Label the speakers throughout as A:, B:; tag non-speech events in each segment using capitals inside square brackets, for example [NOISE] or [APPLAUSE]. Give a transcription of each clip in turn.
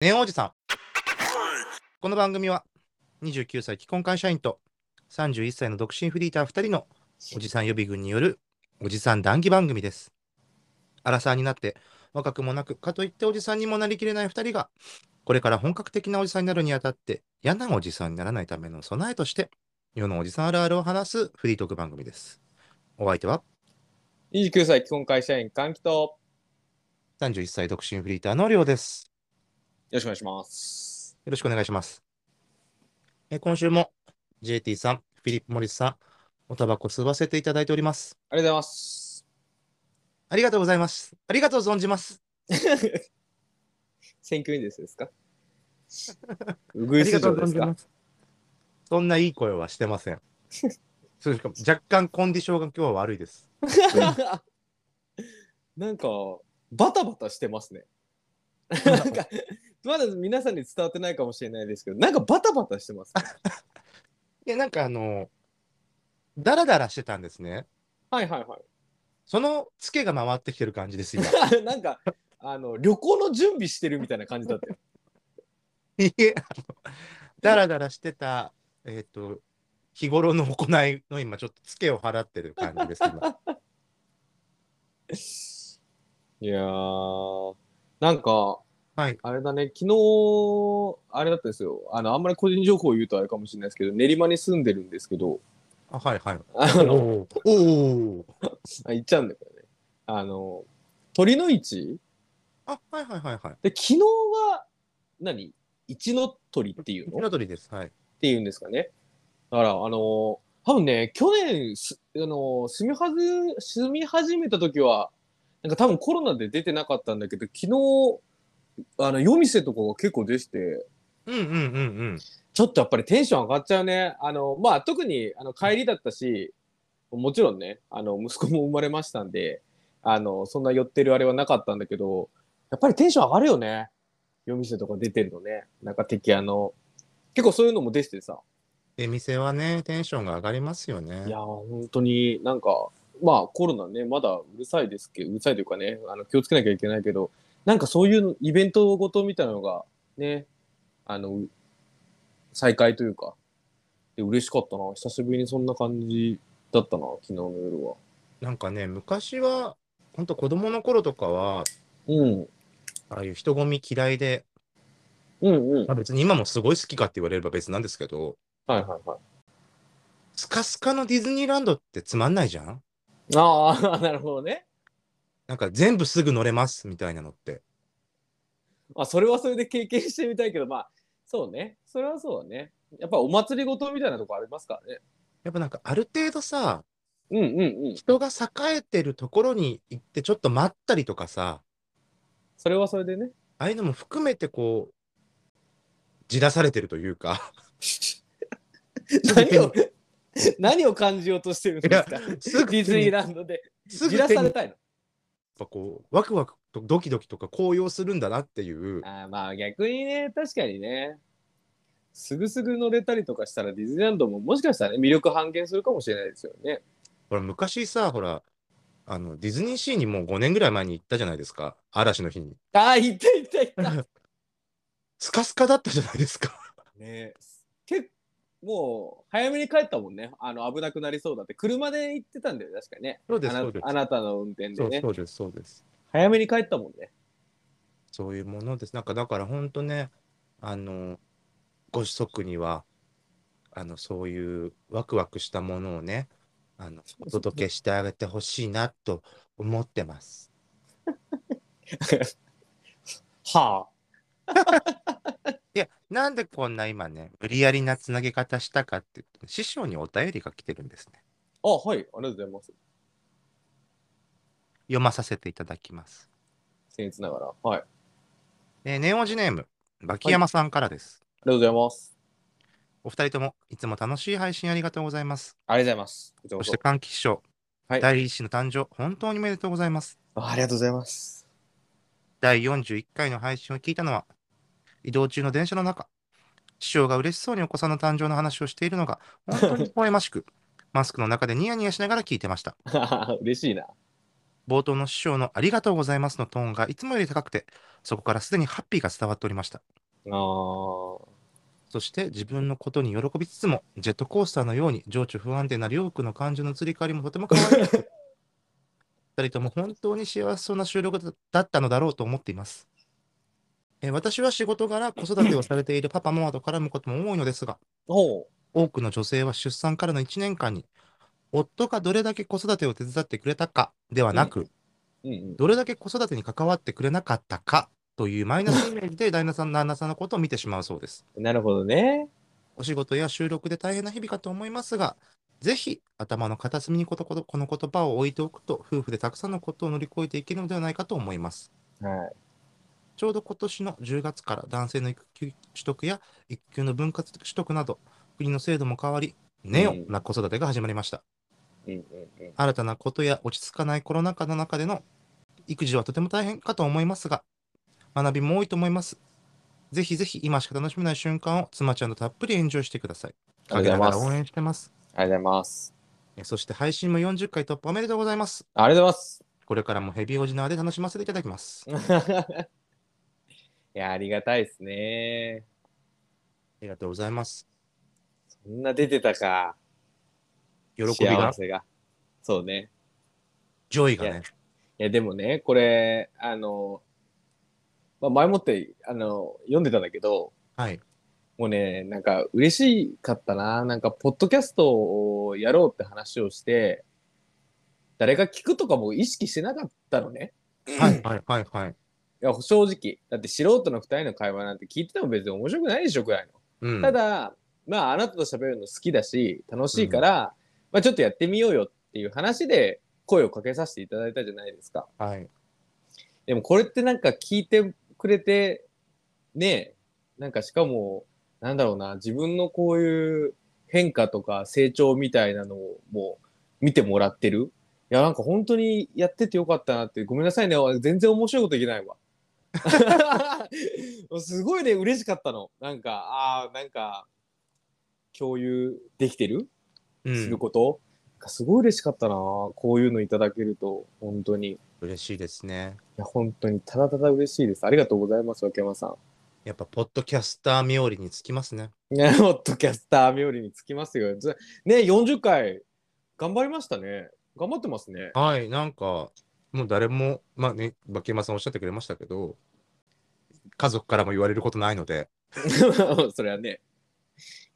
A: ネオおじさん。この番組は29歳既婚会社員と31歳の独身フリーター2人のおじさん予備軍によるおじさん談義番組です。アラサーになって若くもなくかといっておじさんにもなりきれない2人がこれから本格的なおじさんになるにあたって嫌なおじさんにならないための備えとして世のおじさんあるあるを話すフリートーク番組です。お相手は
B: 29歳既婚会社員換気とよ
A: 31歳独身フリーターのりょうです。
B: ろしくお願いします
A: よろしくお願いします。えー今週も JT さん、フィリップ・モリスさん、おタバコ吸わせていただいております。
B: ありがとうございます
A: ありがとうございます。ありがとう存じます。
B: 選挙演説です [LAUGHS] かウグイス嬢です
A: あり
B: か
A: がとう存じます。そんないい声はしてません。 [LAUGHS] そうしかも若干コンディションが今日は悪いです。
B: なんかバタバタしてますねなんかまだ皆さんに伝わってないかもしれないですけどなんかバタバタしてますね、
A: いや、なんかあの、ダラダラしてたんですね。
B: はいはいは
A: そのツケが回ってきてる感じです、
B: [LAUGHS]
A: 今。
B: いなんかあの旅行の準備してるみたいな感じだったよ
A: いえ、あのダラダラしてた、えっ、と、日頃の行いの今、ちょっとツケを払ってる感じです、今。
B: [LAUGHS] いやーなんか
A: はい。
B: あれだね、昨日、あれだったんですよ。あの、あんまり個人情報を言うとあれかもしれないですけど、練馬に住んでるんですけど、
A: あはいはい。
B: あ
A: お
B: の、
A: おおー
B: あ言っちゃうんだけどね。あの、鳥の市
A: あはいはいはいはい。
B: で、昨日は、何一の鳥っていうのっ
A: 白鳥です。はい。
B: ていうんですかね。だから、あの、多分ね、去年、すあの、住みはず、住み始めた時は、なんか多分コロナで出てなかったんだけど、昨日、あの、夜店とかが結構出して、
A: うんうんうん
B: ちょっとやっぱりテンション上がっちゃうね。あの、まあ、特に、あの、帰りだったし、もちろんね、あの、息子も生まれましたんで、あの、そんな寄ってるあれはなかったんだけど、やっぱりテンション上がるよね。夜店とか出てるのね。なんか敵あの、結構そういうのも出してさ。
A: うん。で、店はね、テンションが上がりますよ
B: いや
A: ね。
B: ー、本当になんか、まあ、コロナね、まだうるさいですけど、うるさいというかね、あの、気をつけなきゃいけないけど、なんかそういうイベントごとみたいなのが、ね、あの、う再開というか、で、嬉しかったな。久しぶりにそんな感じだったな、昨日の夜は。
A: なんかね、昔は、本当子供の頃とかは、
B: うん。
A: ああいう人混み嫌いで、
B: うんうん。
A: まあ、別に今もすごい好きかって言われれば別なんですけど、
B: はいはいはい。
A: スカスカのディズニーランドってつまんないじゃん
B: あ [LAUGHS] あ、なるほどね。
A: なんか全部すぐ乗れますみたいなのって。
B: まあ、それはそれで経験してみたいけど、まあ、そうね。それはそうだね。やっぱお祭りごとみたいなとこありますからね。
A: やっぱなんかある程度さ、
B: うんうんうん。
A: 人が栄えてるところに行ってちょっと待ったりとかさ、
B: それはそれでね。
A: ああいうのも含めてこう、じらされてるというか。
B: 何を [LAUGHS] 何を感じようとしてるんですか
A: [LAUGHS] すぐ
B: ディズニーランドですじ
A: ぐ
B: ら
A: 手
B: さ
A: にや
B: れ
A: った
B: いの
A: ぱこうワクワクとドキドキとか高揚するんだなっていう
B: あーまあ逆にね確かにねすぐすぐ乗れたりとかしたらディズニーランドももしかしたら、ね、魅力半減するかもしれないですよね
A: ほら昔さほらあのディズニーシーにもう5年ぐらい前に行ったじゃないですか嵐の日に
B: ああいったいったい [LAUGHS] ったね
A: スカスカだったじゃないですか
B: え結もう早めに帰ったもんねあの危なくなりそうだって車で行ってたんだよ確かにね
A: そうです
B: あな
A: そうです
B: あなたの運転で
A: そう
B: ね
A: そうですそうです
B: 早めに帰ったもんね [LAUGHS]
A: そういうものですなんかだからほんとねあのご子息にはあのそういうワクワクしたものをねあのお届けしてあげてほしいなと思ってます。
B: はあ
A: いや、なんでこんな今ね、無理やりなつなげ方したかっていうと、師匠にお便りが来てるんですね。
B: あはいありがとうございます
A: 読まさせていただきます。
B: 僭越ながらはいあり
A: えーネオジネーム、バキヤマさんからです。
B: がとうございます
A: お二人ともいつも楽しい配信ありがとうございます。
B: ありがとうございます。
A: そして、歓喜師匠、
B: はい
A: 第一子の誕生、本当におめでとうございます。
B: ありがとうござい [LAUGHS] ます。
A: 第41回の配信を聞いたのは、移動中の電車の中、師匠が嬉しそうにお子さんの誕生の話をしているのが、本当に微笑ましく、マスクの中でニヤニヤしながら聞いてました。
B: 嬉しいな。
A: 冒頭の師匠のありがとうございますのトーンがいつもより高くて、そこからすでにハッピーが伝わっておりました。
B: あー
A: そして自分のことに喜びつつも、ジェットコースターのように情緒不安定な両国の感情の移り変わりもとても可 [LAUGHS] 愛い。二人とも本当に幸せそうな収録だったのだろうと思っています。えー私は仕事柄子育てをされているパパママと絡むことも多いのですが、
B: ほう。
A: 多くの女性は出産からの1年間に、夫がどれだけ子育てを手伝ってくれたかではなく、
B: うんうん。
A: どれだけ子育てに関わってくれなかったかというマイナスイメージで旦那さん、旦那さんのことを見てしまうそうです。
B: なるほどね。
A: お仕事や収録で大変な日々かと思いますが、ぜひ頭の片隅にことことこの言葉を置いておくと、夫婦でたくさんのことを乗り越えていけるのではないかと思います。
B: はい。
A: ちょうど今年の10月から男性の育休取得や育休の分割取得など、国の制度も変わり、ネオな子育てが始まりました。
B: うんうんうん。
A: 新たなことや落ち着かないコロナ禍の中での育児はとても大変かと思いますが、学びも多いと思います。ぜひぜひ今しか楽しめない瞬間を妻ちゃんとたっぷりエンジョイしてください。
B: ありがとうございます
A: 陰ながら応援してます。
B: ありがとうございます。
A: えそして配信も40回突破おめでとうございます。
B: ありがとうございます。
A: これからもヘビーオジナーで楽しませていただきます。あ
B: いや、ありがたいですね。
A: りがとうございます。
B: そんな出てたか。
A: 喜びが
B: 幸、せが。そうね。
A: ジョイがね。
B: いや、でもね、これ、あの、まあ、前もって、あの、読んでたんだけど、
A: はい。
B: もうね、なんか嬉しかったな。なんか、ポッドキャストをやろうって話をして、誰が聞くとかも意識してなかったのね。
A: はいはいはいはい。
B: いや、正直。だって素人の二人の会話なんて聞いてても別に面白くないでしょ、くらいの。
A: うん、
B: ただ、まあ、あなたと喋るの好きだし、楽しいから、まあ、ちょっとやってみようよっていう話で、声をかけさせていただいたじゃないですか。
A: はい。
B: でも、これってなんか聞いてくれて、ねえ、なんかしかも、なんだろうな、自分のこういう変化とか成長みたいなのをもう見てもらってる。いや、なんか本当にやっててよかったなって、ごめんなさいね、全然面白いことできないわ。 [LAUGHS] すごいね、嬉しかったの。なんか、ああ、なんか、共有できてる
A: う
B: する
A: ん、
B: こと、なんかすごい嬉しかったな。こういうのいただけると、本当に。い
A: 嬉しいですね。
B: や、本当にただただ嬉しいです。ありがとうございます、脇山さん。 [LAUGHS]
A: やっぱ、ポッドキャスター冥利につきますね。
B: いやポッドキャスター冥利につきますよ。ずね、40回、頑張りましたね。頑張ってますね。 [LAUGHS]
A: はい、なんか、もう誰も、まあね、バケマさんおっしゃってくれましたけど、家族からも言われることないので、
B: それはね。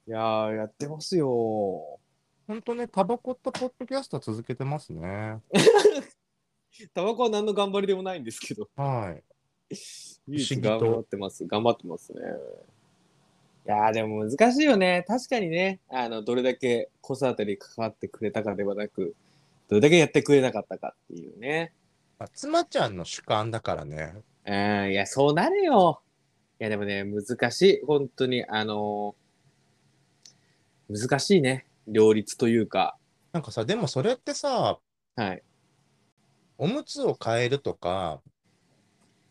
B: いやー、やってますよ。
A: 本当ね、タバコとポッドキャストは続けてますね。
B: タバコは何の頑張りでもないんですけど。
A: はい。
B: 唯
A: 不
B: 一
A: 思議と
B: 頑張ってます。頑張ってますね。いやーでも難しいよね。確かにね、あの、どれだけ子育てに関わってくれたかではなく、どれだけやってくれなかったかっていうね。
A: まあ、妻ちゃんの主観だからね。
B: うん、いや、そうなるよ。いや、でもね、難しい。本当に、あのー難しいね。両立というか。
A: なんかさ、でもそれってさ、
B: はい。
A: おむつを変えるとか、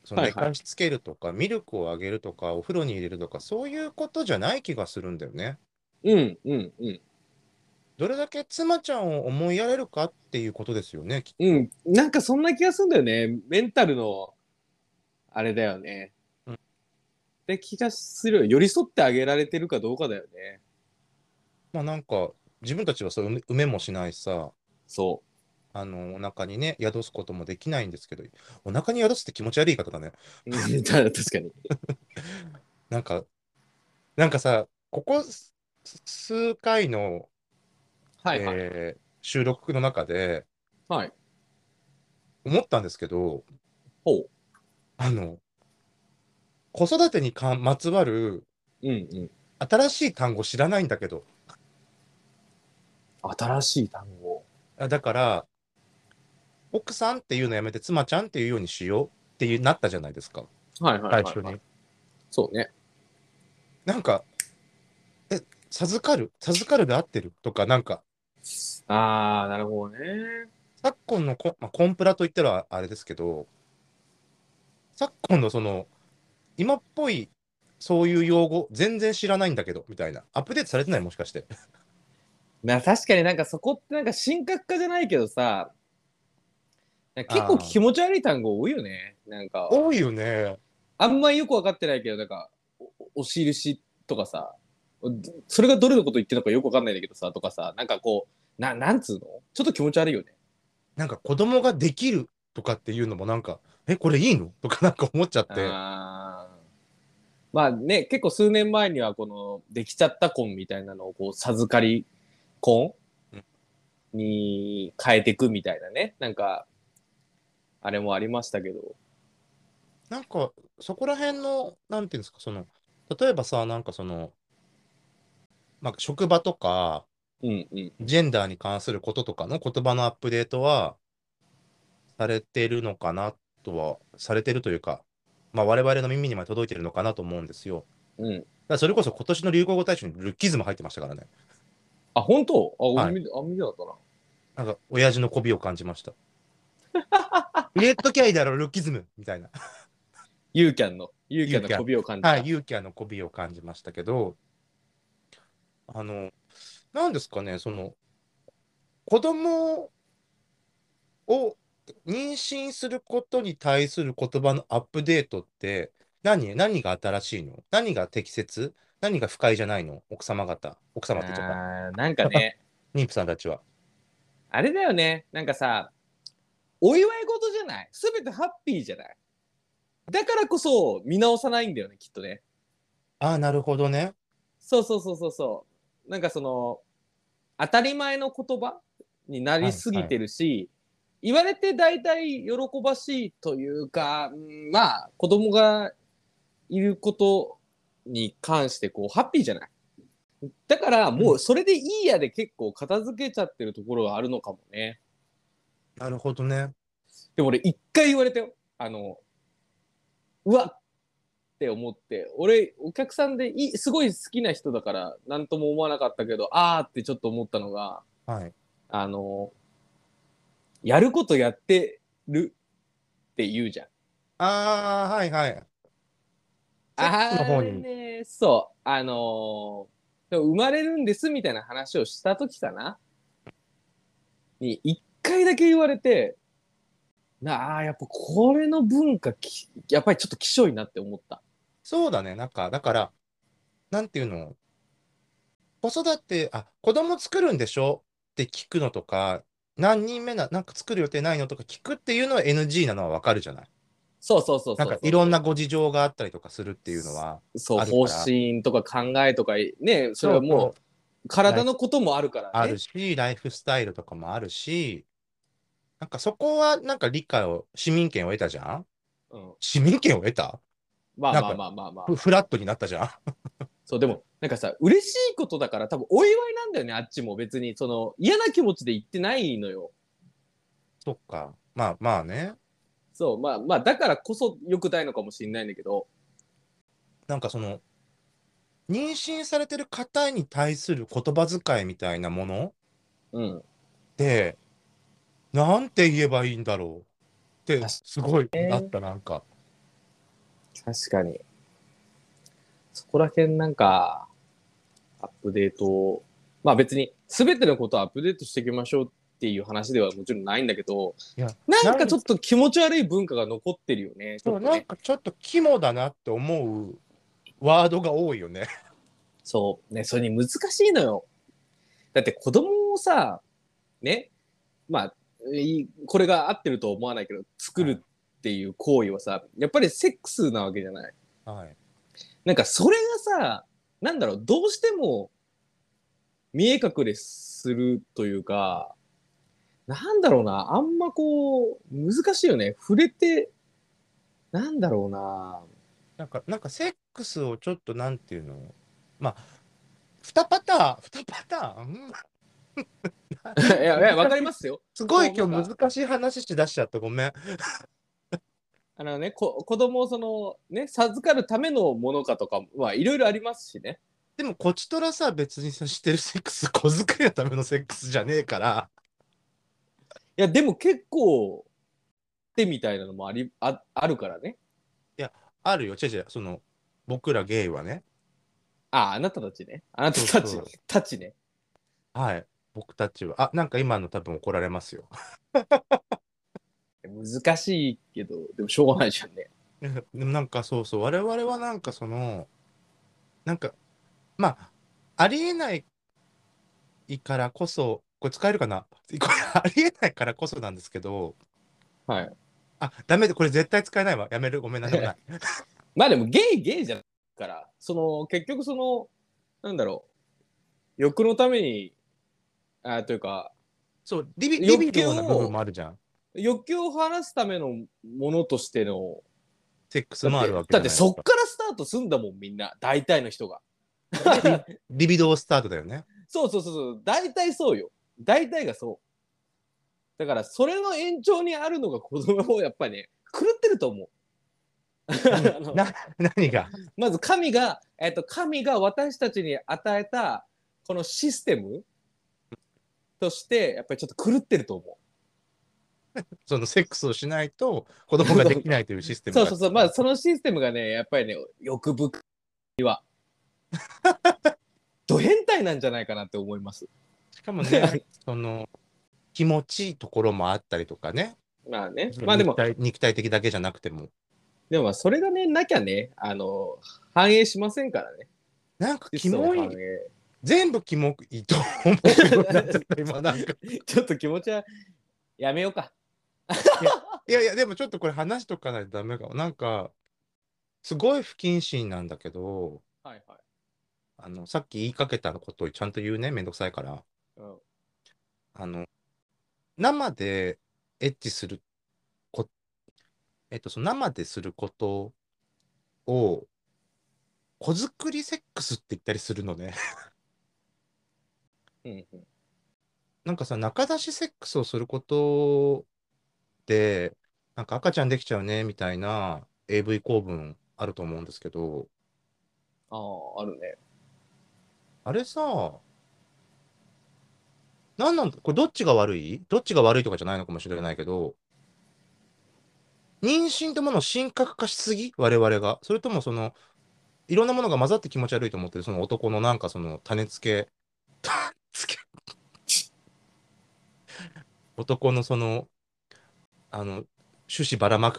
A: その
B: は
A: 寝
B: いはい
A: かしつけるとか、ミルクをあげるとか、お風呂に入れるとか、そういうことじゃない気がするんだよね。
B: うん、うん、うん。
A: どれだけ妻ちゃんを思いやれるかっていうことですよね。き
B: うん、なんかそんな気がするんだよね。メンタルの、あれだよね。
A: うん
B: で気がするよ。寄り添ってあげられてるかどうかだよね。
A: まあなんか、自分たちはそう埋めもしないしさ、
B: そ
A: あの、お腹にね、宿すこともできないんですけど、お腹に宿すって気持ち悪い言い方だね。
B: う。うんた確かに。
A: なんか、なんかさ、ここす数回の、
B: はいはい。
A: えー収録の中で
B: はい。
A: 思ったんですけど、
B: ほう。
A: あの、子育てにかんまつわる
B: うんうん。
A: 新しい単語知らないんだけど、
B: 新しい単語。
A: あだから、奥さんっていうのやめて妻ちゃんっていうようにしようっていうなったじゃないですか、
B: はいはいは
A: 最
B: い、はい。
A: 初に。
B: そうね。
A: なんか、え、授かる授かるで合ってるとか、なんか、
B: あー、なるほどね。
A: 昨今のコ,、まあ、コンプラといったらあれですけど、昨今のその、今っぽいそういう用語、全然知らないんだけど、みたいな。アップデートされてないもしかして。
B: な確かになんかそこってなんか神格化じゃないけどさなんか結構気持ち悪い単語多いよね。なんか、
A: 多いよね。
B: あんまりよく分かってないけど、なんか、おしるしとかさ、おそれがどれのこと言ってるのかよく分かんないんだけどさ、とかさ、なんかこう、ななんつうのちょっと気持ち悪いよね。
A: なんか子供ができるとかっていうのもなんか、え、これいいのとかなんか思っちゃって。
B: あーまあね、結構数年前には、この、できちゃった婚みたいなのを、こう、授かり婚
A: うん
B: に変えていくみたいなね、なんか、あれもありましたけど。
A: なんか、そこら辺の、なんていうんですか、その、例えばさ、なんかその、まあ、職場とか、
B: うんうん。
A: ジェンダーに関することとかの言葉のアップデートは、されてるのかなとは、されてるというか、まあ、我々の耳にまで届いてるのかなと思うんですよ。
B: うん。
A: だからそれこそ今年の流行語大賞にルッキズム入ってましたからね。
B: あ、本当あ、
A: はい
B: 俺見てあ、見てなかったな。
A: なんか、親父の媚びを感じました。入れときゃいいだろ、ルッキズムみたいな。
B: ユーキャンの、ユーキャンの
A: ユーキャン
B: 飛びを感じた。
A: はい、勇気あの媚びを感じましたけど、あの、なんですかね、その、子供を妊娠することに対する言葉のアップデートって、何、何が新しいの何が適切何が不快じゃないの奥様方、奥様って言っちゃった
B: あーなんかね、 [LAUGHS]
A: 妊婦さんたちは。
B: あれだよね、なんかさ、お祝い事じゃないすべてハッピーじゃないだからこそ見直さないんだよね、きっとね。
A: ああ、なるほどね。
B: そうそうそうそうそう。なんかその、当たり前の言葉になりすぎてるし、言われて大体喜ばしいというか、うんまあ、子供がいることに関して、こう、ハッピーじゃない。だから、もう、それでいいやで結構片付けちゃってるところがあるのかもね。
A: なるほどね。
B: でも俺、一回言われたよ。あの、うわっって思って、俺、お客さんでいい、すごい好きな人だから、なんとも思わなかったけど、あーってちょっと思ったのが、
A: はい。
B: あの、やることやってるって言うじゃん。
A: ああ、はいはい。
B: あ
A: セックスの方に
B: ーね、そう、あのーでも生まれるんですみたいな話をした時かな。に、一回だけ言われて、なあー、やっぱこれの文化き、やっぱりちょっと希少いなって思った。
A: そうだね、なんか、だから、なんていうの、子育て、あ、子供作るんでしょって聞くのとか、何人目な、なんか作る予定ないのとか聞くっていうのは NG なのはわかるじゃない。
B: そうそうそうそ
A: な
B: う
A: んかいろんなご事情があったりとかするっていうのは。
B: そう
A: あるか
B: 方
A: ら
B: 針とか考えとか、ね、それはもう
A: う
B: 体のこともあるからね。
A: あるし、ライフスタイルとかもあるし、なんかそこはなんか理解を、市民権を得たじゃん
B: うん、
A: 市民権を得た
B: まあ
A: なん
B: まあ
A: か
B: まあまあまあ
A: フ。フラットになったじゃん
B: そう、でも、なんかさ、嬉しいことだから、多分お祝いなんだよね、あっちも別に。その、嫌な気持ちで言ってないのよ。
A: そっか。まあまあね。
B: そう、まあまあ、だからこそ良くないのかもしれないんだけど、
A: なんかその、妊娠されてる方に対する言葉遣いみたいなもの
B: うん。
A: で、なんて言えばいいんだろうって、
B: 確
A: すごいなった、なんか。
B: 確かに。そこら辺なんか、アップデートをまあ別に、すべてのことをアップデートしていきましょうっていう話ではもちろんないんだけど
A: いや、
B: なんかちょっと気持ち悪い文化が残ってるよね。ち
A: そ
B: ょ
A: う
B: っと
A: なん
B: ね
A: かちょっと肝だなって思うワードが多いよね。 [LAUGHS]
B: そう。ね、それに難しいのよ。だって子供をさ、ね、まあ、いこれが合ってるとは思わないけど、作るっていう行為はさ、やっぱりセックスなわけじゃない。
A: はい。
B: なんかそれがさ、なんだろう、どうしても見え隠れするというか、なんだろうな、あんまこう、難しいよね。触れて、なんだろうな。 [LAUGHS]
A: なんか、なんかセックスをちょっとなんていうのまあ、二パターン、二パターン、
B: いや、いや、わかりますよ。
A: すごい
B: そ
A: 今
B: うなん
A: 日
B: か
A: 難しい話し出しちゃった。ごめん。
B: あのね、こ子供をその、ね、授かるためのものかとかはいろいろありますしね。
A: でも、こちとらさ、別にさ、してるセックス、小遣いのためのセックスじゃねえから。
B: いや、でも結構、ってみたいなのもあり、ああるからね。
A: あるよ、違う違う、その、僕らゲイはね、
B: あ、あなたたちね。あなたたち
A: そうそう、
B: たちね。
A: はい、僕たちは、あ、なんか今の多分怒られますよ。
B: 難しいけど、でもしょうがないじゃんね。
A: [LAUGHS] でもなんかそうそう我々はなんかそのなんかまあありえないからこそこれ使えるかなこれ [LAUGHS] ありえないからこそなんですけど
B: はい。
A: あダメだこれ絶対使えないわやめるごめんなさい
B: [LAUGHS] まあでも、ゲイ、ゲイじゃんから、その、結局その、なんだろう、欲のために、あというか、
A: そうリビリ
B: 欲
A: ビ
B: 求を
A: デオな部分もあるじゃん
B: 欲求を晴らすためのものとしての、
A: セックスもあるわけじ
B: だ
A: ゃ
B: っ
A: ないで
B: て
A: す
B: そっ
A: か
B: からスタートすんだもん、みんな。大体の人
A: [LAUGHS]
B: が。
A: リビドースタートだよね
B: そうそうそうそう、大体そうよ。大体がそう。だから、それの延長にあるのが子供をやっぱりね、狂ってると思う。 [LAUGHS] [LAUGHS] あの
A: な何が
B: まず神が、えっと、神が私たちに与えたこのシステムとして、やっぱりちょっと狂ってると思
A: そのセックスをしないと子供ができないというシステ
B: う。
A: ムが
B: そうそうそう、まあそのシステムがね、やっぱりね、欲深いは。 [LAUGHS] ド変態なんじゃないかなって思います。
A: しかも
B: [LAUGHS]
A: ねその気持ちいいところもあったりとかね
B: まあね。まあでも
A: 肉、体肉体的だけじゃなくても
B: でもまあそれがね、なきゃね、あの、反映しませんからね。
A: なんかキ
B: 実は
A: モ
B: 反
A: い
B: 映
A: 全部キモいと思うようになっちゃった
B: [LAUGHS]
A: 今なんか
B: ちょっと気持ちはやめようか。
A: いやいやでもちょっとこれ話しとかないとダメかもなんかすごい不謹慎なんだけど
B: はいはい。
A: あのさっき言いかけたことをちゃんと言うねめんどくさいから
B: うん、
A: あの生でエッチするこえっとその生ですることを子作りセックスって言ったりするのね
B: うんうん。
A: なんかさ中出しセックスをすることでなんか赤ちゃんできちゃうねみたいな AV 構文あると思うんですけど
B: ああ、あるね。
A: あれさなんなんだこれどっちが悪いどっちが悪いとかじゃないのかもしれないけど妊娠ってものを神格化しすぎ我々がそれともそのいろんなものが混ざって気持ち悪いと思ってるその男のなんかその種付け種付け男のそのあの種子ばらま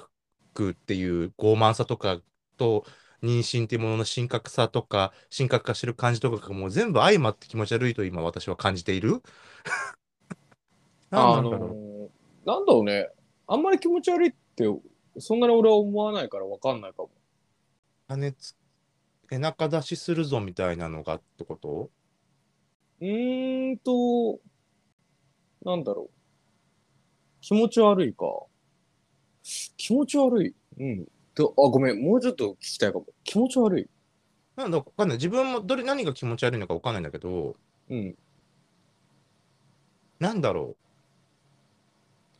A: くっていう傲慢さとかと妊娠っていうものの深刻さとか深刻化してる感じとかがもう全部相まって気持ち悪いと今私は感じている
B: あ
A: 何な
B: の
A: んだろう、
B: ーなんだろうね。あんまり気持ち悪いって、そんなに俺は思わないからわかんないかも。
A: 種つ背中出しするぞみたいなのがってこと
B: うーんと、なんだろう。気持ち悪いか。気持ち悪い。うん。とあ、ごめん。もうちょっと聞きたいかも。気持ち悪い。
A: なんだかわかんない自分もどれ何が気持ち悪いのかわかんないんだけど
B: うん。
A: なんだろ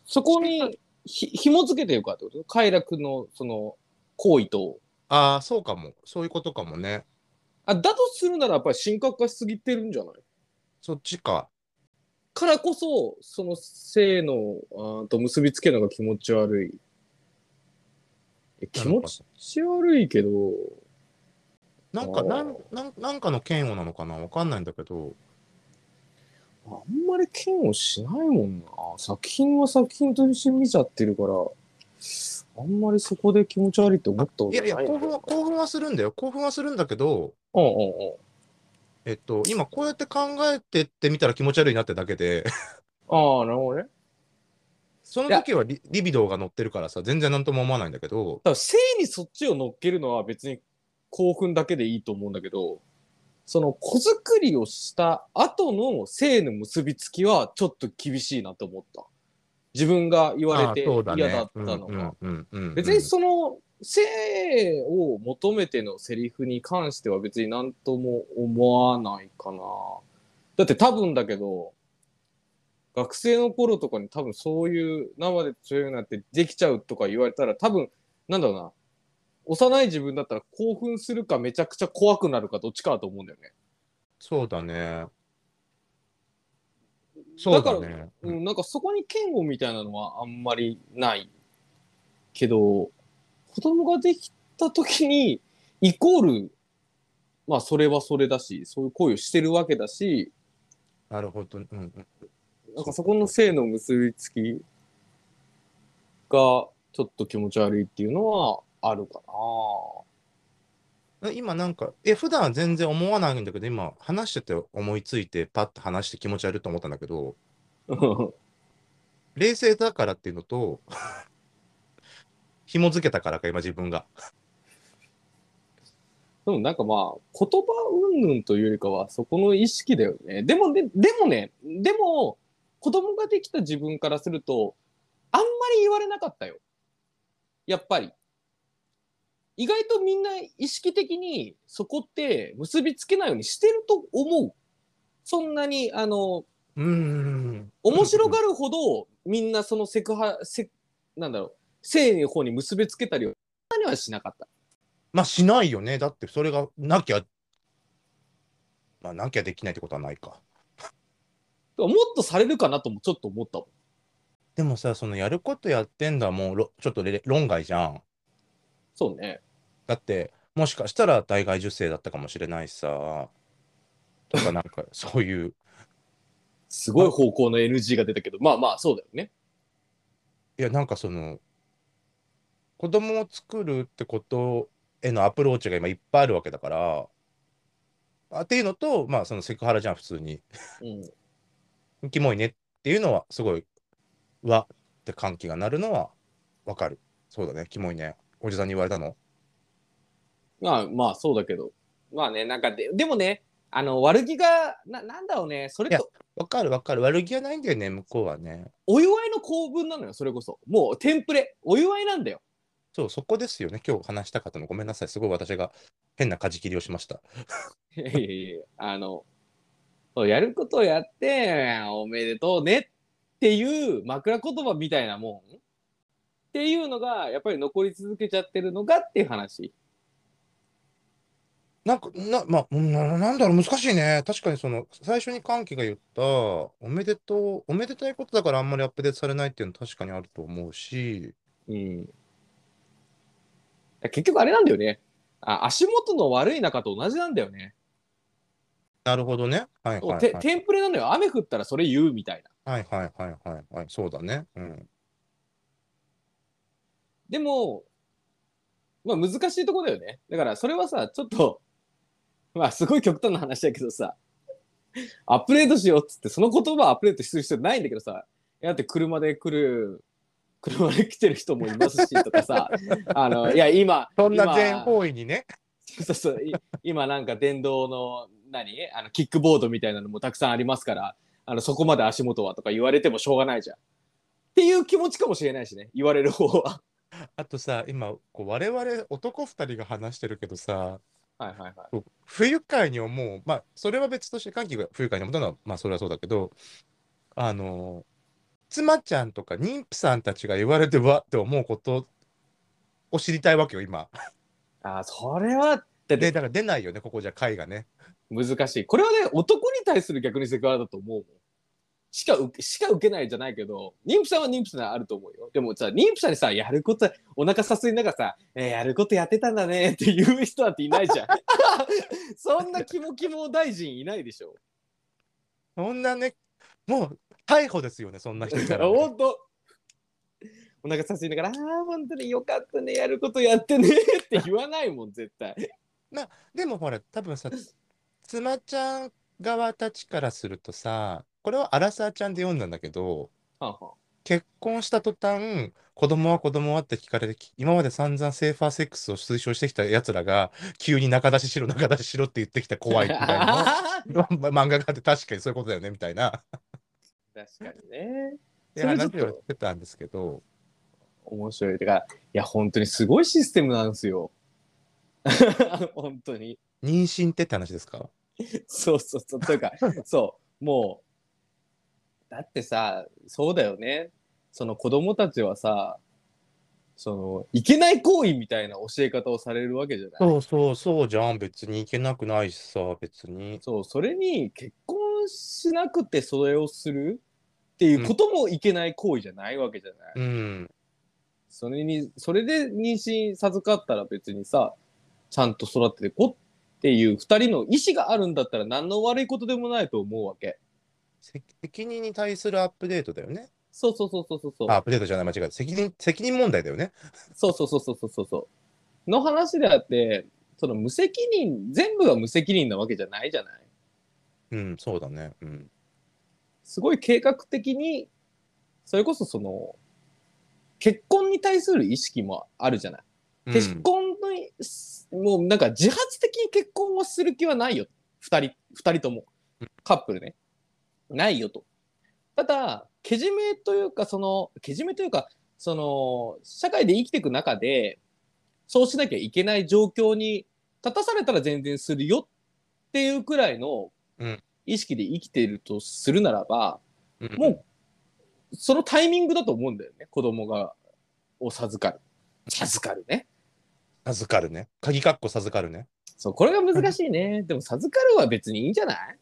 B: そこにひ紐付けてるかってこと快楽のその行為と。
A: うああそうかもそういうことかもね
B: あ、だとするならやっぱり深刻化しすぎてるんじゃない
A: そっちか
B: からこそ、その性のあーと結びつけるのが気持ち悪い。え気持ち悪いけど、
A: なんか
B: あー
A: なんなんなんかの嫌悪なのかなわかんないんだけど
B: あんまり嫌悪しないもんな。作品は作品と一緒に見ちゃってるから、あんまりそこで気持ち悪いって思ったこと
A: い
B: ない
A: や
B: な。
A: いや興奮は興奮はするんだよ興奮はするんだけど
B: うんうんうん。
A: えっと今こうやって考えてってみたら気持ち悪いなってだけで [LAUGHS]
B: ああ、なるほどね。
A: その時はリリビドーが乗ってるからさ全然何とも思わないんだけど
B: だから性にそっちを乗っけるのは別に興奮だけでいいと思うんだけど、その子作りをした後の性の結びつきはちょっと厳しいなと思った。自分が言われて
A: あーそうだね
B: 嫌だったのが。
A: うんうんうんうんうん
B: 別にその性を求めてのセリフに関しては別に何とも思わないかな。だって多分だけど、学生の頃とかに多分そういう生で強いなってできちゃうとか言われたら多分なんだろうな。幼い自分だったら興奮するかめちゃくちゃ怖くなるかどっちかだと思うんだよね。
A: そうだね。そうだね。
B: う
A: うん
B: ん、なんかそこに嫌悪みたいなのはあんまりないけど、子供ができた時に、イコール、まあそれはそれだし、そういう行為をしてるわけだし、
A: なるほど。うんうん
B: なんかそこの性の結びつき果、ちょっと気持ち悪いっていうのはあるかな。
A: え今なんか、え、普段は全然思わないんだけど、今話してて思いついて、パッと話して気持ち悪いと思ったんだけど、冷静だからっていうのと、 [LAUGHS] 紐付けたからか、今自分が。
B: でもなんかまあ、言葉云々というよりかは、そこの意識だよね。でもね、でもね、でも、子供ができた自分からすると、あんまり言われなかったよ。やっぱり。意外とみんな意識的にそこって結びつけないようにしてると思う。そんなに、あの、
A: うーん。
B: 面白がるほどみんなそのセクハ、セなんだろう、性の方に結びつけたりは、そんなにはしなかった。
A: まあしないよね。だってそれがなきゃ、まあなきゃできないってことはないか。
B: もっとされるかなともちょっと思ったもん。
A: でもさ、そのやることやってんだもうろちょっとれ論外じゃん。
B: そうね。
A: だって、もしかしたら体外受精だったかもしれないしさ、とかなんかそういう、
B: すごい方向の NG が出たけど、まあまあ、そうだよね。
A: いやなんかその、子供を作るってことへのアプローチが今いっぱいあるわけだから、あっていうのと、まあそのセクハラじゃん、普通に。
B: うん。
A: キモいねっていうのはすごい、うわって歓喜が鳴るのはわかる。そうだね、キモいね。おじさんに言われたの。
B: まあまあ、そうだけど。まあね、なんかで、でもね、あの、悪気が、な、なんだろうね、それ
A: いや
B: と、
A: わかるわかる。悪気はないんだよね、向こうはね。
B: お祝いの構文なのよ、それこそ。もう、テンプレ。お祝いなんだよ。 [LAUGHS]
A: そう、そこですよね。今日話したかったの。ごめんなさい。すごい私が変な舵切りをしました。
B: いやいやいや、あの、そうやることをやって、おめでとうねっていう枕言葉みたいなもんっていうのが、やっぱり残り続けちゃってるのがっていう話。
A: なんか、な、まあ、うんななんだろう、難しいね。確かにその、最初に歓喜が言った、おめでとう、おめでたいことだからあんまりアップデートされないっていうのは確かにあると思うし、
B: うん。結局あれなんだよね。あ足元の悪い中と同じなんだよね。
A: なるほどね。はいはい、
B: て
A: はい。
B: テンプレなのよ。雨降ったらそれ言うみたいな。
A: はいはいはいはいはい。そうだね。うん。
B: でも、まあ難しいとこだよね。だからそれはさ、ちょっと、 [LAUGHS] まあすごい極端な話だけどさ、アップデートしようっつって、その言葉をアップデートする必要ないんだけどさ、いやだって車で来る、車で来てる人もいますしとかさ、あの、いや今、
A: そんな
B: 今
A: 全方位にね。
B: [LAUGHS] そうそうそうい今なんか電動の何あのキックボードみたいなのもたくさんありますからあのそこまで足元はとか言われてもしょうがないじゃんっていう気持ちかもしれないしね言われる方は
A: あとさ、今、こう我々男二人が話してるけどさ、
B: はいはいは
A: 不愉快に思う、まあ、それは別として、歓喜が不愉快に思ったのは、まあ、それはそうだけど、あの、妻ちゃんとか妊婦さんたちが言われてわって思うことを知りたいわけよ、今。
B: いあーそれは
A: で、だから出ないよね、ここじゃ、会がね。
B: 難しいこれはね男に対する逆にセクハラだと思うもんしか受けしか受けないじゃないけど妊婦さんは妊婦さんであると思うよでもさ妊婦さんにさやることお腹さすりながらさ、えーやることやってたんだねっていう人なんていないじゃん [LAUGHS] そんなキモキモ大臣いないでしょ
A: そんなね、もう、逮捕ですよね、そんな人いたら、ね。
B: [LAUGHS] 本当お腹さすりながら「ああ本当によかったねやることやってね」って言わないもん絶対
A: でもほら、多分さ、妻ちゃん側たちからするとさ、これはアラサーちゃんで読んだんだけど、
B: はんは
A: 結婚した途端、子供は子供はって聞かれて、き今まで散々セーファーセックスを推奨してきた奴らが、急に仲出ししろ、仲出ししろって言ってきた怖いみたい
B: [LAUGHS]
A: な。 [LAUGHS] ま漫画があって確かにそういうことだよねみたいな
B: 確かにねそれちょ
A: 話
B: っと
A: をしてたんですけど
B: 面白いてかいや本当にすごいシステムなんですよ [LAUGHS] 本当に
A: 妊娠ってって話ですか
B: そうそうそうというかそうもうだってさそうだよねその子供たちはさそのいけない行為みたいな教え方をされるわけじゃない
A: そうそうそうじゃん別に行けなくないしさ別に
B: そう、それに結婚しなくてそれをするっていうこともいけない行為じゃないわけじゃない。
A: うん
B: それに、それで妊娠授かったら別にさ、ちゃんと育ててこっていう二人の意思があるんだったら何の悪いことでもないと思うわけ。
A: 責責任に対するアップデートだよね
B: そうそうそうそうそうそう。
A: あ、プレートじゃない、間違えた。責任、責任問題だよね。
B: そうそうそうそうそうそうそう。の話であって、その無責任、全部が無責任なわけじゃないじゃない。
A: うん、そうだね。うん。
B: すごい計画的に、それこそその、結婚に対する意識もあるじゃない。
A: うん
B: 結婚に、もうなんか自発的に結婚をする気はないよ。二人、二人とも。カップルね。ないよと。ただ、けじめというか、その、けじめというか、その、社会で生きていく中で、そうしなきゃいけない状況に立たされたら全然するよっていうくらいの
A: うん
B: 意識で生きているとするならば、
A: うん
B: もう、そのタイミングだと思うんだよね。子供が、を授かる。授かるね。
A: 授かるね。鍵括弧授かるね。
B: そう、これが難しいね。でも、授かるは別にいいんじゃない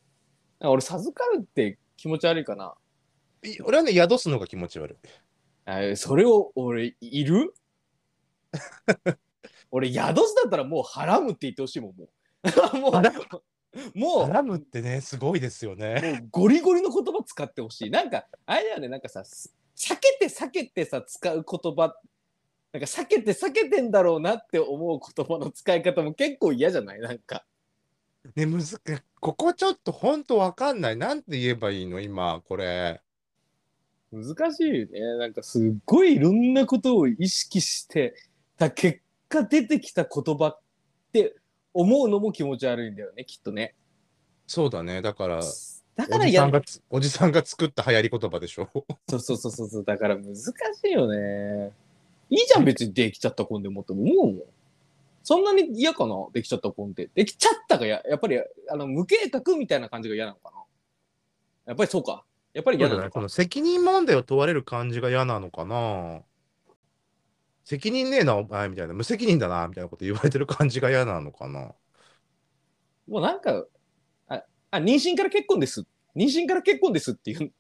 B: 俺、授かるって気持ち悪いかな。
A: い俺はね、宿すのが気持ち悪い。
B: あそれを、俺、いる [LAUGHS] 俺、宿すだったらもう、ハラムって言ってほしいもん、もう。も
A: ハラ
B: う、 [LAUGHS] も
A: ア
B: う、
A: ラムってね、すごいですよね。
B: もうゴリゴリの言葉使ってほしい。なんか、あれだよね、なんかさ、す避けて避けてさ、使う言葉、なんか避けて避けてんだろうなって思う言葉の使い方も結構嫌じゃないなんか。
A: ね、むずかここちょっとほんとわかんない。なんて言えばいいの今、これ。
B: 難しいよね。なんかすっごいいろんなことを意識してた結果出てきた言葉って思うのも気持ち悪いんだよね、きっとね。
A: そうだね。だから、
B: だか
A: お
B: ら
A: じさ
B: や
A: んがつ、おじさんが作った流行り言葉でしょ。
B: そうそうそうそうそう、だから難しいよね。いいじゃん、別にできちゃった婚でもって思うもん。そんなに嫌かなできちゃった婚って。できちゃったがや、やっぱり、あの、無計画みたいな感じが嫌なのかなやっぱりそうか。やっぱり嫌なの
A: [LAUGHS] こ
B: か。
A: の責任問題を問われる感じが嫌なのかな。責任ねえな、お前みたいな。無責任だな、みたいなこと言われてる感じが嫌なのかな。
B: もうなんか、あ、あ妊娠から結婚です。妊娠から結婚ですって言 [LAUGHS] う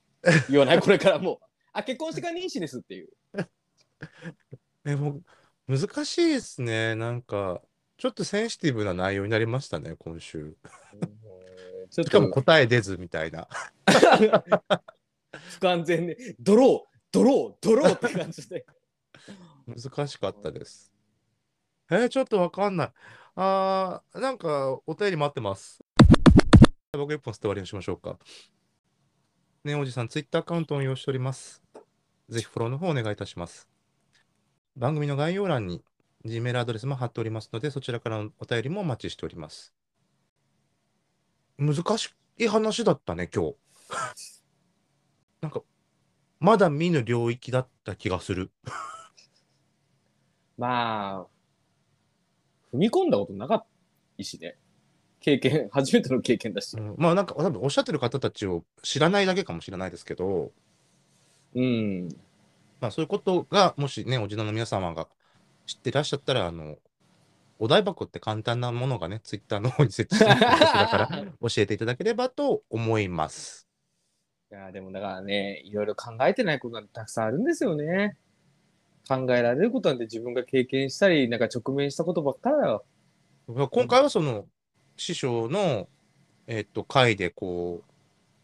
B: 言わない、これからもう。あ、結婚してから妊娠ですっていう。
A: え、もう、難しいですね。なんか、ちょっとセンシティブな内容になりましたね、今週。
B: ちょっ
A: しかも
B: と
A: 答え出ずみたいな。
B: [LAUGHS] 不完全で、ドロー、ドロー、ドローって感じで。
A: 難しかったです。えーちょっとわかんない。あー、なんか、お便り待ってます。僕一本吸って終わりにしましょうか。ねおじさん、ツイッターアカウントを運用しております。ぜひフォローの方お願いいたします。番組の概要欄に Gmail アドレスも貼っておりますので、そちらからのお便りもお待ちしております。難しい話だったね、今日。 [LAUGHS] なんか、まだ見ぬ領域だった気がする。
B: まあ、踏み込んだことなかったしね。経験、初めての経験だし
A: う。んまあなんか多分おっしゃってる方たちを知らないだけかもしれないですけど、
B: うん。
A: まあ、そういうことがもしねおじのの皆様が知ってらっしゃったらあのお台箱って簡単なものがねツイッターの方に設置してあるのでそちらから教えていただければと思います。
B: いやーでもだからね、いろいろ考えてないことがたくさんあるんですよね。考えられることなんて自分が経験したり、なんか直面したことばっかりだよ。
A: 今回はその師匠の、えっと回でこう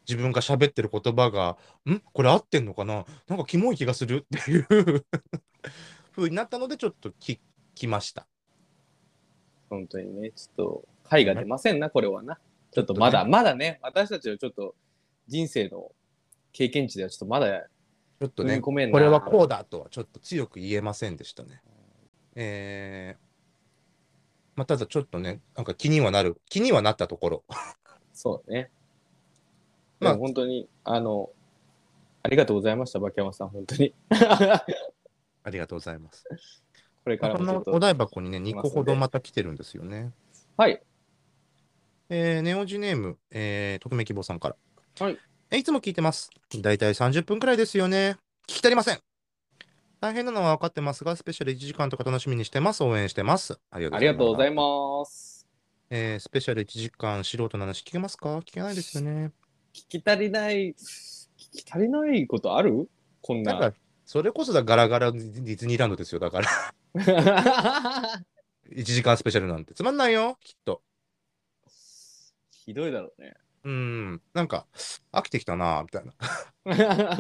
A: 自分が喋ってる言葉が「んこれ合ってんのかななんかキモい気がする」っていう [LAUGHS] 風になったのでちょっと聞きました。
B: 本当にね、ちょっと、解が出ませんな、これはな。ちょっとまだ、まだね、私たちのちょっと人生の経験値ではちょっとまだ
A: ちょっと
B: 踏
A: ね
B: み込めんな。
A: これはこうだとはちょっと強く言えませんでしたね。えーまあ、ただちょっとね、なんか気にはなる、気にはなったところ。
B: そうね。
A: ま
B: ま
A: あ
B: あ本当に、あの、ありがとうございました、バキヤマさん、本当に。
A: ありがとうございます。
B: これか
A: まあ
B: ら
A: こ
B: もちょ
A: の
B: っ
A: お
B: と。
A: 台箱にね、2個ほど
B: 行きますので
A: また来てるんですよね。
B: はい。
A: えーネオジネーム、えー、匿名希望さんから。
B: はい。
A: えーいつも聞いてます。だいたい30分くらいですよね。聞き足りません。大変なのは分かってますが、スペシャル1時間とか楽しみにしてます。応援してます。ありがとうございます。
B: ありがとうございます。
A: えースペシャル1時間素人の話聞けますか聞けないですよね。
B: 聞き足りない、聞き足りないことあるこん
A: なん
B: な。
A: か、それこそだガラガラディズニーランドですよ。だから、1時間スペシャルなんてつまんないよ、きっと。
B: ひどいだろうね。
A: うん、なんか、飽きてきたな、みたいな。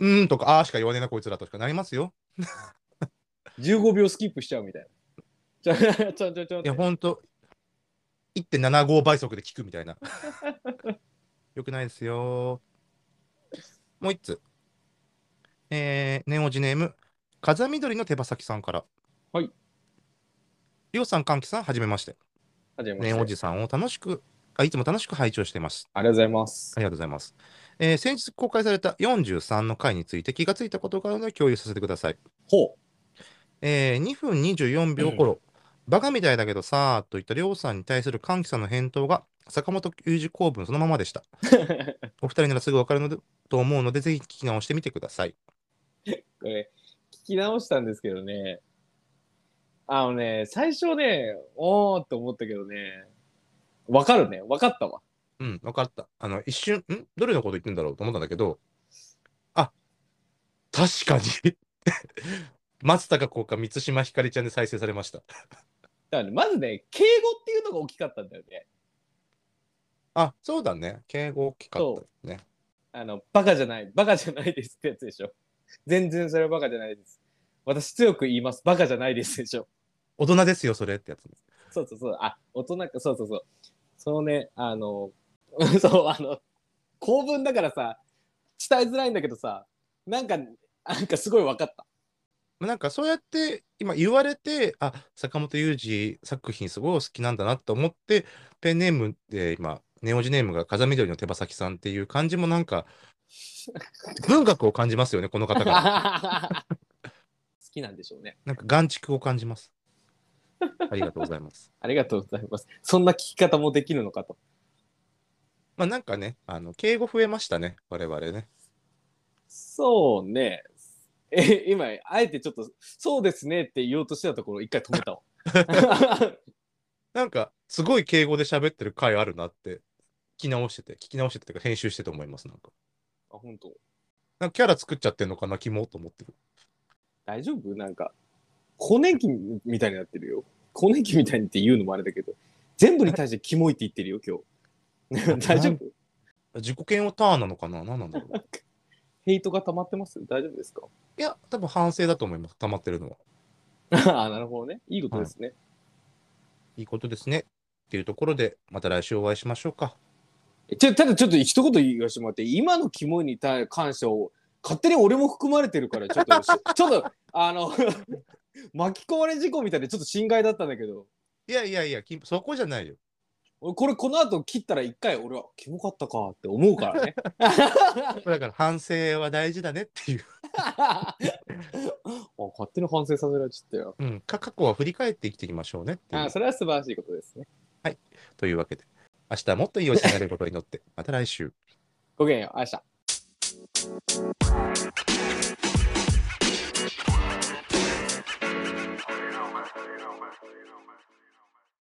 A: うーんとか、あーしか言わねえな、こいつらとしかなりますよ。
B: 15秒スキップしちゃうみたいな。ちゃちゃちゃちゃっ
A: い
B: て
A: や、ほんと、1.75倍速で聞くみたい
B: [LAUGHS]
A: な。よくないですよ。もう一つ。えー、ネオジネーム、風緑の手羽先さんから。
B: はい。
A: りょうさん、かんきさん、はじめまして。
B: はじめま
A: ネ
B: して
A: オジさんを楽しく、あいつも楽しく拝聴しています。
B: ありがとうございます
A: あ。りがとうございます。えー先日公開された43の回について気がついたことがあるので共有させてください。
B: ほ
A: えー2分24秒頃、バカみたいだけどさーと言ったりょうさんに対する歓喜さんの返答が坂本雄二公文そのままでした。お二人ならすぐわかるのでと思うので、ぜひ聞き直してみてください。
B: う。え聞き直したんですけどね。あのね、最初ね、おーって思ったけどね、わかるね。わかったわ。
A: うん、わかった。あの、一瞬、んどれのこと言ってんだろうと思ったんだけど、あ、確かに [LAUGHS] 松たか子か満島ひかりちゃんで再生されました。
B: だからね、まずね、敬語っていうのが大きかったんだよね。
A: あ、そうだね。敬語大きかったですね。
B: あの、バカじゃない、バカじゃないですってやつでしょ。全然それはバカじゃないです。私強く言います、バカじゃないですでしょ。
A: 大人ですよ、それってやつね。
B: そうそうそう、あ、大人か、そうそうそう。そのね、あの、 [LAUGHS] そう、あの、構文だからさ、伝えづらいんだけどさ、なんか、なんかすごい分かった。
A: まあなんかそうやって今言われて、あ、坂本雄二作品すごいお好きなんだなと思って、ペンネームで今、ネオジネームが風緑の手羽先さんっていう感じもなんか、文学を感じますよね、この方
B: [LAUGHS]
A: が。
B: 好きなんでしょうね。
A: なんか眼蓄を感じます。ありがとうございます。
B: ありがとうございます。そんな聞き方もできるのかと。
A: まあなんかね、あの敬語増えましたね、我々ね。
B: そうね。え、今、あえてちょっと、そうですねって言おうとしてたところ、一回止め [LAUGHS] たわ。
A: なんかすごい敬語で喋ってる回あるなって、聞き直してて、聞き直しててというか編集してて思います、なんか。
B: あ本当
A: なんかキャラ作っちゃってんのかな、キモと思ってる。
B: 大丈夫なんか、更年期みたいになってるよ。更年期みたいにって言うのもあれだけど、全部に対してキモいって言ってるよ、今 [LAUGHS] 日。大丈夫
A: 自己嫌悪ターンなのかな、何なんだろう。
B: [LAUGHS] ヘイトが溜まってます大丈夫ですか
A: いや、多分反省だと思います。溜まってるのは。
B: [LAUGHS] ああ、なるほどね。いいことですね。
A: いいことですね。っていうところで、また来週お会いしましょうか。
B: えちょただちょっと一言言わせてもらって、今のキモいに対感謝を、勝手に俺も含まれてるから、ちょっと、しちょっと、あの、 [LAUGHS] 巻き込まれ事故みたいで、ちょっと心外だったんだけど、
A: いやいやいや、きそこじゃないよ。
B: 俺これこの後切ったら一回俺は、キモかったかって思うからね。
A: だから反省は大事だねっていう。
B: あ勝手に反省させられちゃったよ。
A: うん。か過去は振り返って生きていきましょうねっていう
B: あそれは素晴らしいことですね。
A: というわけで、明日もっといいおじになれることに乗って、また来週。
B: ごきげんよう。あした。